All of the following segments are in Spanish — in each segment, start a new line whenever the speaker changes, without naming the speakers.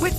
With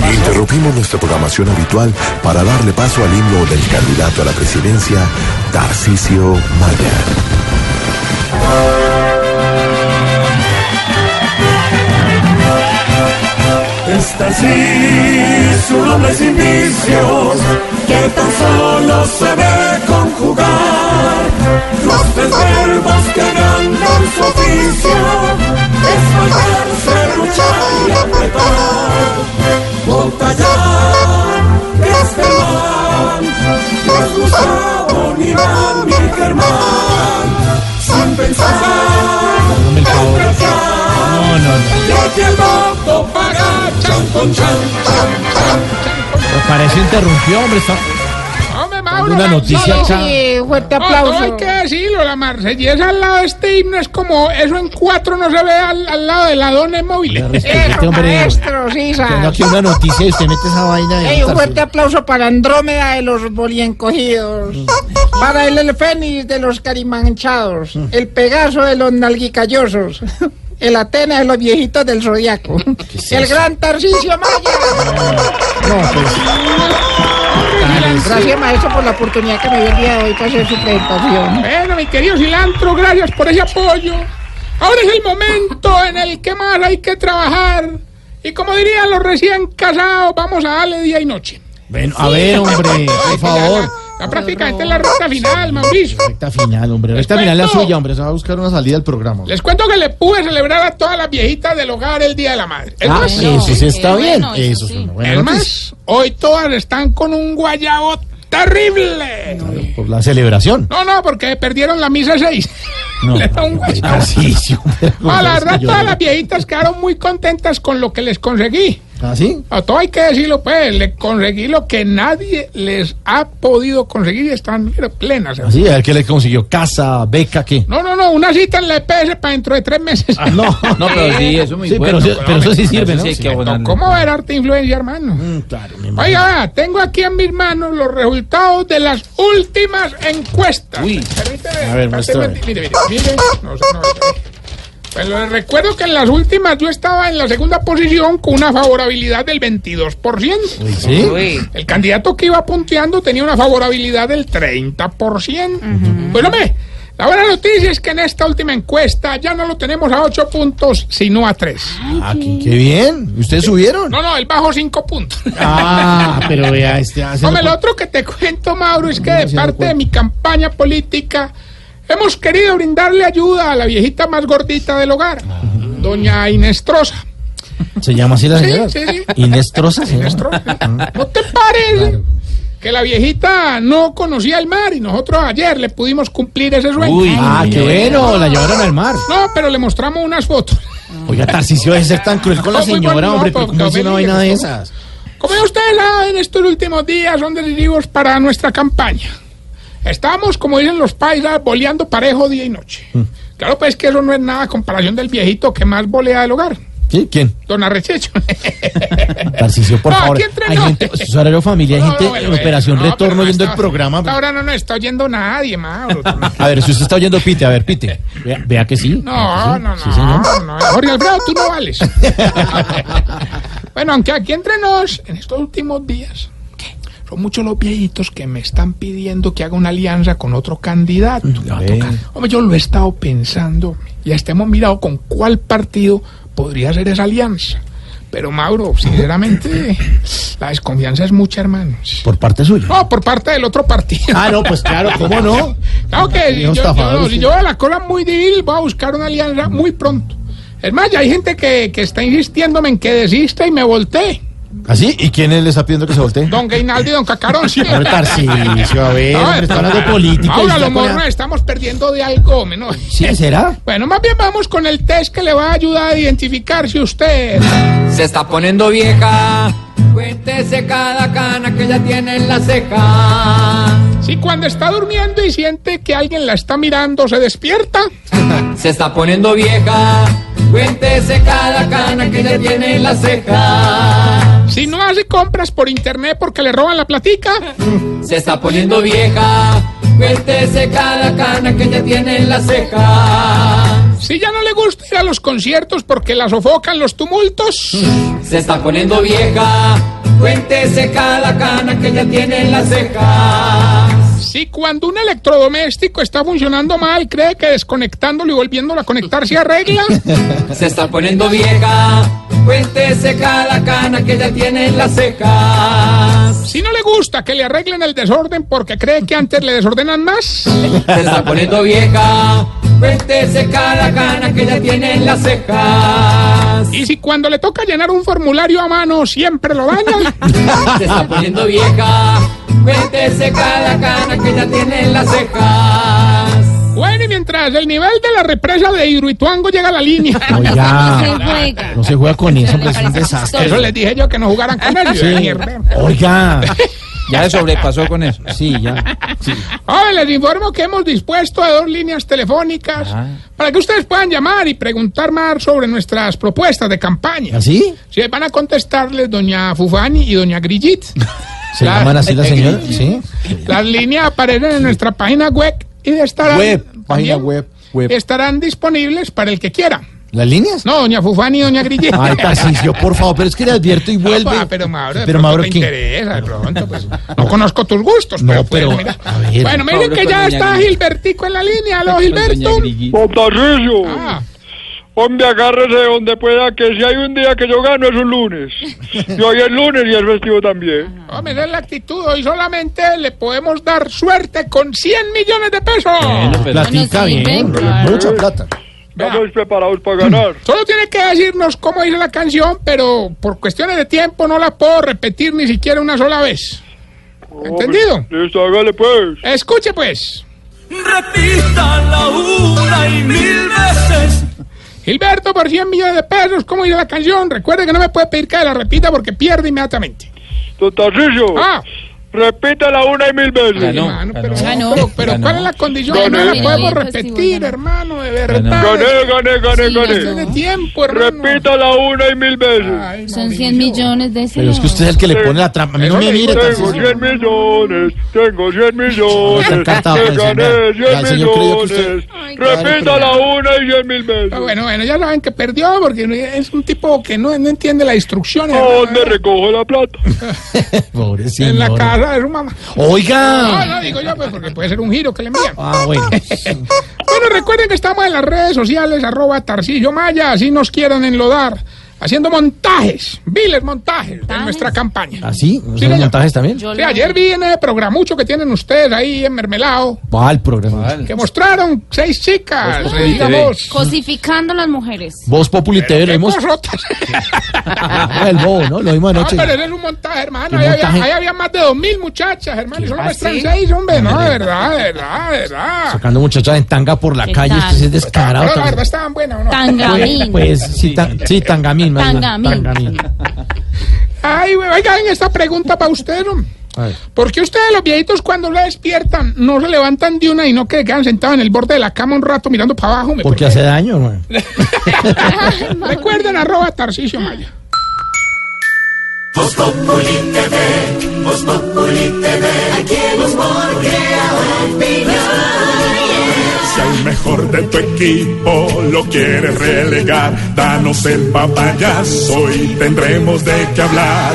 Interrumpimos nuestra programación habitual para darle paso al himno del candidato a la presidencia, Tarcisio Maya.
Está así, su nombre sin vicios, que tan solo se ve conjugar. Los tres verbos que ganan su oficio, esforzarse, luchar y apretar. Montallar, Esteban, no este es Gustavo, ni Iván, ni Germán. Sin pensar, apreciar, ya que el voto paga chan con chan, chan, chan.
Parece interrumpió, hombre. Está...
Hombre, Mauro,
Una noticia
Mancini.
cha-
Sí, Eh, fuerte
Ah, No,
aplauso.
no, hay que decirlo, la marsellesa al lado de este himno es como eso en cuatro no se ve al, al lado de la dona móvil.
Respete, este hombre.
Maestro, sí,
Tengo
sa-
aquí una noticia y usted mete esa vaina.
Ey, un fuerte aplauso para Andrómeda de los boliencogidos, para el, el Fénix de los carimanchados, el Pegaso de los nalguicallosos, el Atenas de los viejitos del zodiaco,
es
el
eso?
gran Tarcisio Maya.
No, pues. Tarcisio.
Gracias, maestro, por la oportunidad que me dio el día de hoy para hacer su presentación.
Bueno, mi querido cilantro, gracias por ese apoyo. Ahora es el momento en el que más hay que trabajar. Y como dirían los recién casados, vamos a darle día y noche.
Ven, a ver, hombre, por favor.
La, la prácticamente es la recta final, Mauricio.
Recta final, hombre. Recta final la
cuento.
suya, hombre. Se va a buscar una salida al programa.
Les cuento que le pude celebrar a todas las viejitas del hogar el Día de la Madre. Es
Ah,
más,
eso sí está bien. Eso es una buena
es
noticia.
más, hoy todas están con un guayabo terrible.
Por la celebración.
No, no, porque perdieron la misa 6.
No. Ah,
Le da un guayabo.
Tarcisio, hombre,
Ah.
pues,
A la verdad,
yo-
todas las viejitas quedaron muy contentas con lo que les conseguí.
¿Ah, sí?
A todo hay que decirlo, pues, les conseguí lo que nadie les ha podido conseguir y están mira, plenas.
Así, ¿Ah, a ver qué le consiguió. Casa, beca, qué.
No, no, no, una cita en la EPS para dentro de tres meses.
No,
No, pero sí, eso es muy
Sí,
bueno.
pero, sí- pero eso sí sirve, ¿no?
sí hay que abonarle.
¿Cómo ver arte e influencia, hermano?
Mm, Claro, mi madre.
Oiga, vea, tengo aquí en mis manos los resultados de las últimas encuestas.
Uy.
Permíteme,
A
date
ver, muéstrame.
cuenta- Mire, mire, mire. No, eso no, eso no. Pues les recuerdo que en las últimas yo estaba en la segunda posición con una favorabilidad del 22%.
Uy, ¿Sí?
Uy,
El candidato que iba punteando tenía una favorabilidad del 30%. Pues hombre, la buena noticia es que en esta última encuesta ya no lo tenemos a 8 puntos, sino a 3.
Ah, qué, qué bien. ¿Ustedes subieron?
No, no, el bajo 5 puntos.
Ah, pero vea, este hace.
Hombre, lo otro que te cuento, Mauro, es que de
Haciendo
parte de
cuenta.
mi campaña política hemos querido brindarle ayuda a la viejita más gordita del hogar, doña Inés Troza.
¿Se llama así la
Sí,
señora?
sí, sí.
Inés Troza, ¿se llama?
Troza.
Ah.
¿No te parece que la viejita no conocía el mar y nosotros ayer le pudimos cumplir ese sueño?
uy.
Ah, qué bueno, la llevaron al mar.
No, pero le mostramos unas fotos.
Oiga, Tarcisio, debe ser tan cruel con la
No, muy bueno,
señora,
no,
hombre.
pues,
¿Cómo hace una
no me
vaina de
digas, ¿cómo?
esas?
Como ya ustedes saben, estos últimos días son decisivos para nuestra campaña. Estamos, como dicen los paisas, boleando parejo día y noche.
Mm.
Claro, pues que eso no es nada a comparación del viejito que más bolea del hogar,
¿Sí? ¿Quién?
don Arrechecho.
Tarcisio, por
No,
favor.
aquí entre
Hay
nos.
gente, su horario familiar, hay
No,
gente
bueno,
en
bueno,
operación
no, pero
retorno
no
yendo el
está-
programa. pues.
Ahora no nos está oyendo nadie, Mauro.
A ver, si usted está oyendo, pite, a ver, pite. Vea, vea que sí. vea
No,
que
no, no,
Ah, pues sí. Sí, señor.
no. Jorge Alfredo, tú no vales. bueno, aunque aquí entre nos, en estos últimos días, son muchos los viejitos que me están pidiendo que haga una alianza con otro candidato.
Mm, A ver.
Hombre, yo lo he estado pensando y hasta hemos mirado con cuál partido podría ser esa alianza. Pero Mauro, sinceramente, la desconfianza es mucha, hermanos.
Por parte suya.
No, por parte del otro partido.
Ah, no, pues claro, ¿cómo no?
Claro que si
Dios
yo, yo-
estafador,
si
sí.
yo veo la cola muy débil, voy a buscar una alianza muy pronto. Es más, ya hay gente que, que está insistiéndome en que desista y me voltee.
¿Así? ¿Ah, ¿Y quién le está pidiendo que se voltee?
Don Gainaldi y Don Cacaroncio.
Hombre, Tarcisio, a ver, hombre, está hablando de política. y
Ahora
está
lo
con la-
morro, estamos perdiendo de algo, menos.
¿Sí, será?
Bueno, más bien vamos con el test que le va a ayudar a identificar si usted.
Se está poniendo vieja. Cuéntese cada cana que ya tiene en la ceja.
Si cuando está durmiendo y siente que alguien la está mirando, se despierta.
Se está poniendo vieja. Cuéntese cada cana que ya tiene en la ceja.
Si no hace compras por internet porque le roban la platica.
Se está poniendo vieja. Cuéntese cada cana que ya tiene en la ceja.
Si ya no le gusta ir a los conciertos porque la sofocan los tumultos.
Se está poniendo vieja. Cuéntese cada cana que ya tiene en la ceja.
Si cuando un electrodoméstico está funcionando mal, cree que desconectándolo y volviéndolo a conectar se arregla.
Se está poniendo vieja. Cuéntese cada cana que ya tiene en las cejas.
Si no le gusta que le arreglen el desorden porque cree que antes le desordenan más.
Se está poniendo vieja. Cuéntese cada cana que ya tiene en las cejas.
Y si cuando le toca llenar un formulario a mano siempre lo dañan.
Se está poniendo vieja. Cuéntese cada cana que ya tiene en las cejas.
Bueno, y mientras el nivel de la represa de Hidroituango llega a la línea.
Oiga,
juega.
no se juega con eso, hombre, es un
Eso
desastre.
les dije yo que no jugaran con ellos.
Sí. Oiga,
Ya le sobrepasó con eso.
sí, ya.
Ahora les informo que hemos dispuesto de dos líneas telefónicas para que ustedes puedan llamar y preguntar más sobre nuestras propuestas de campaña.
¿Así?
Sí, van a contestarles doña Fufani y doña Grigit.
¿Se
Claro. Eh,
llaman así las señoras? Sí.
Las líneas aparecen en nuestra página web y estarán,
Web, página
también
web, web.
estarán disponibles para el que quiera.
¿Las líneas?
No, doña Fufani y doña Grigit.
Ay, Tarcisio, por favor, pero es que le advierto y
No,
Ah, vuelve.
pa, pero Mauro, de
pero
pronto
Mauro,
te
¿quién?
interesa, de pronto, pues, no conozco tus gustos,
No,
pero, pues,
pero,
mira.
a ver.
bueno, miren
Mauro
que
con
ya
doña
está
Grigit.
Gilbertico en la línea, aló Gilberto.
Don Tarcisio,
Ah,
hombre, agárrese donde pueda, que si hay un día que yo gano es un lunes. Y hoy es lunes y es festivo también.
hombre, esa es la actitud, hoy solamente le podemos dar suerte con 100 millones de pesos.
Platica bien, mucha plata.
Vea,
Estamos preparados para ganar.
Solo tiene que decirnos cómo dice la canción, pero por cuestiones de tiempo no la puedo repetir ni siquiera una sola vez. ¿Entendido?
Listo, hágale pues.
Escuche pues.
Repítala una y mil veces.
Gilberto, por 100 millones de pesos, ¿cómo dice la canción? Recuerde que no me puede pedir que la repita porque pierde inmediatamente.
Don Tarcisio,
Ah,
repítala una y mil veces.
hermano, pero,
Ganó. pues
pero, pero ¿cuál es la condición? Que no la
Ganó.
podemos
Ganó.
repetir,
Ganó.
hermano, de verdad.
Gané, gané, gané,
Sí,
gané.
ganó.
Tiene tiempo, hermano.
Repítala una y mil veces.
Ay,
Son
Mauricio.
100 millones de
Pero es que usted es el que le pone la trampa. A mí no me mire,
Tengo
Tarcisio.
100 millones, tengo 100 millones,
Está encantado,
me
parece,
gané
vea.
100
Ya, el señor creyó que
millones.
usted-
Repítala una y 100 mil
Ah,
veces.
Bueno, bueno, ya saben que perdió porque es un tipo que no, no entiende las instrucciones.
¿A
hermano.
dónde recojo la plata?
Pobre señor.
en la casa de su mamá. No,
Oiga.
no, digo yo, pues, porque puede ser un giro que le envían.
Ah, bueno.
Bueno, recuerden que estamos en las redes sociales, arroba Tarcillo Maya, así nos quieren enlodar, haciendo montajes, viles montajes de nuestra campaña.
¿Así? ¿Son
señor.
montajes también?
Sí, ayer vi en el programucho que tienen ustedes ahí en Mermelao,
Va al programa.
que mostraron seis chicas, eh, digamos.
Cosificando a las mujeres.
Voz Populi TV, lo
qué
vimos.
cosotas.
Ah, el bobo, ¿no? Lo vimos
No,
anoche.
Ah, pero ese es un montaje, hermano.
¿Qué
Ahí había,
montaje?
ahí había más de dos mil muchachas, hermano. Y solo
¿Ah,
muestran
sí?
seis, hombre. No, de verdad, de verdad, de verdad.
Sacando muchachas en tanga por la
¿Qué
calle.
tal?
Este sí es
Pero
descarado.
la
Tarcisio.
verdad estaban buenas, ¿o no?
Tangamín.
Pues sí, tan- sí tangamín. más bien,
Tangamín.
Ay, güey, oigan, esta pregunta para usted, hombre.
A ver.
¿Por qué ustedes los viejitos cuando le despiertan no se levantan de una y no que quedan sentados en el borde de la cama un rato mirando para abajo? hombre?
Porque hace daño, hermano.
Recuerden arroba Tarcisio Maya.
Si al mejor de tu equipo lo quieres relegar, danos el papayazo y tendremos de qué hablar.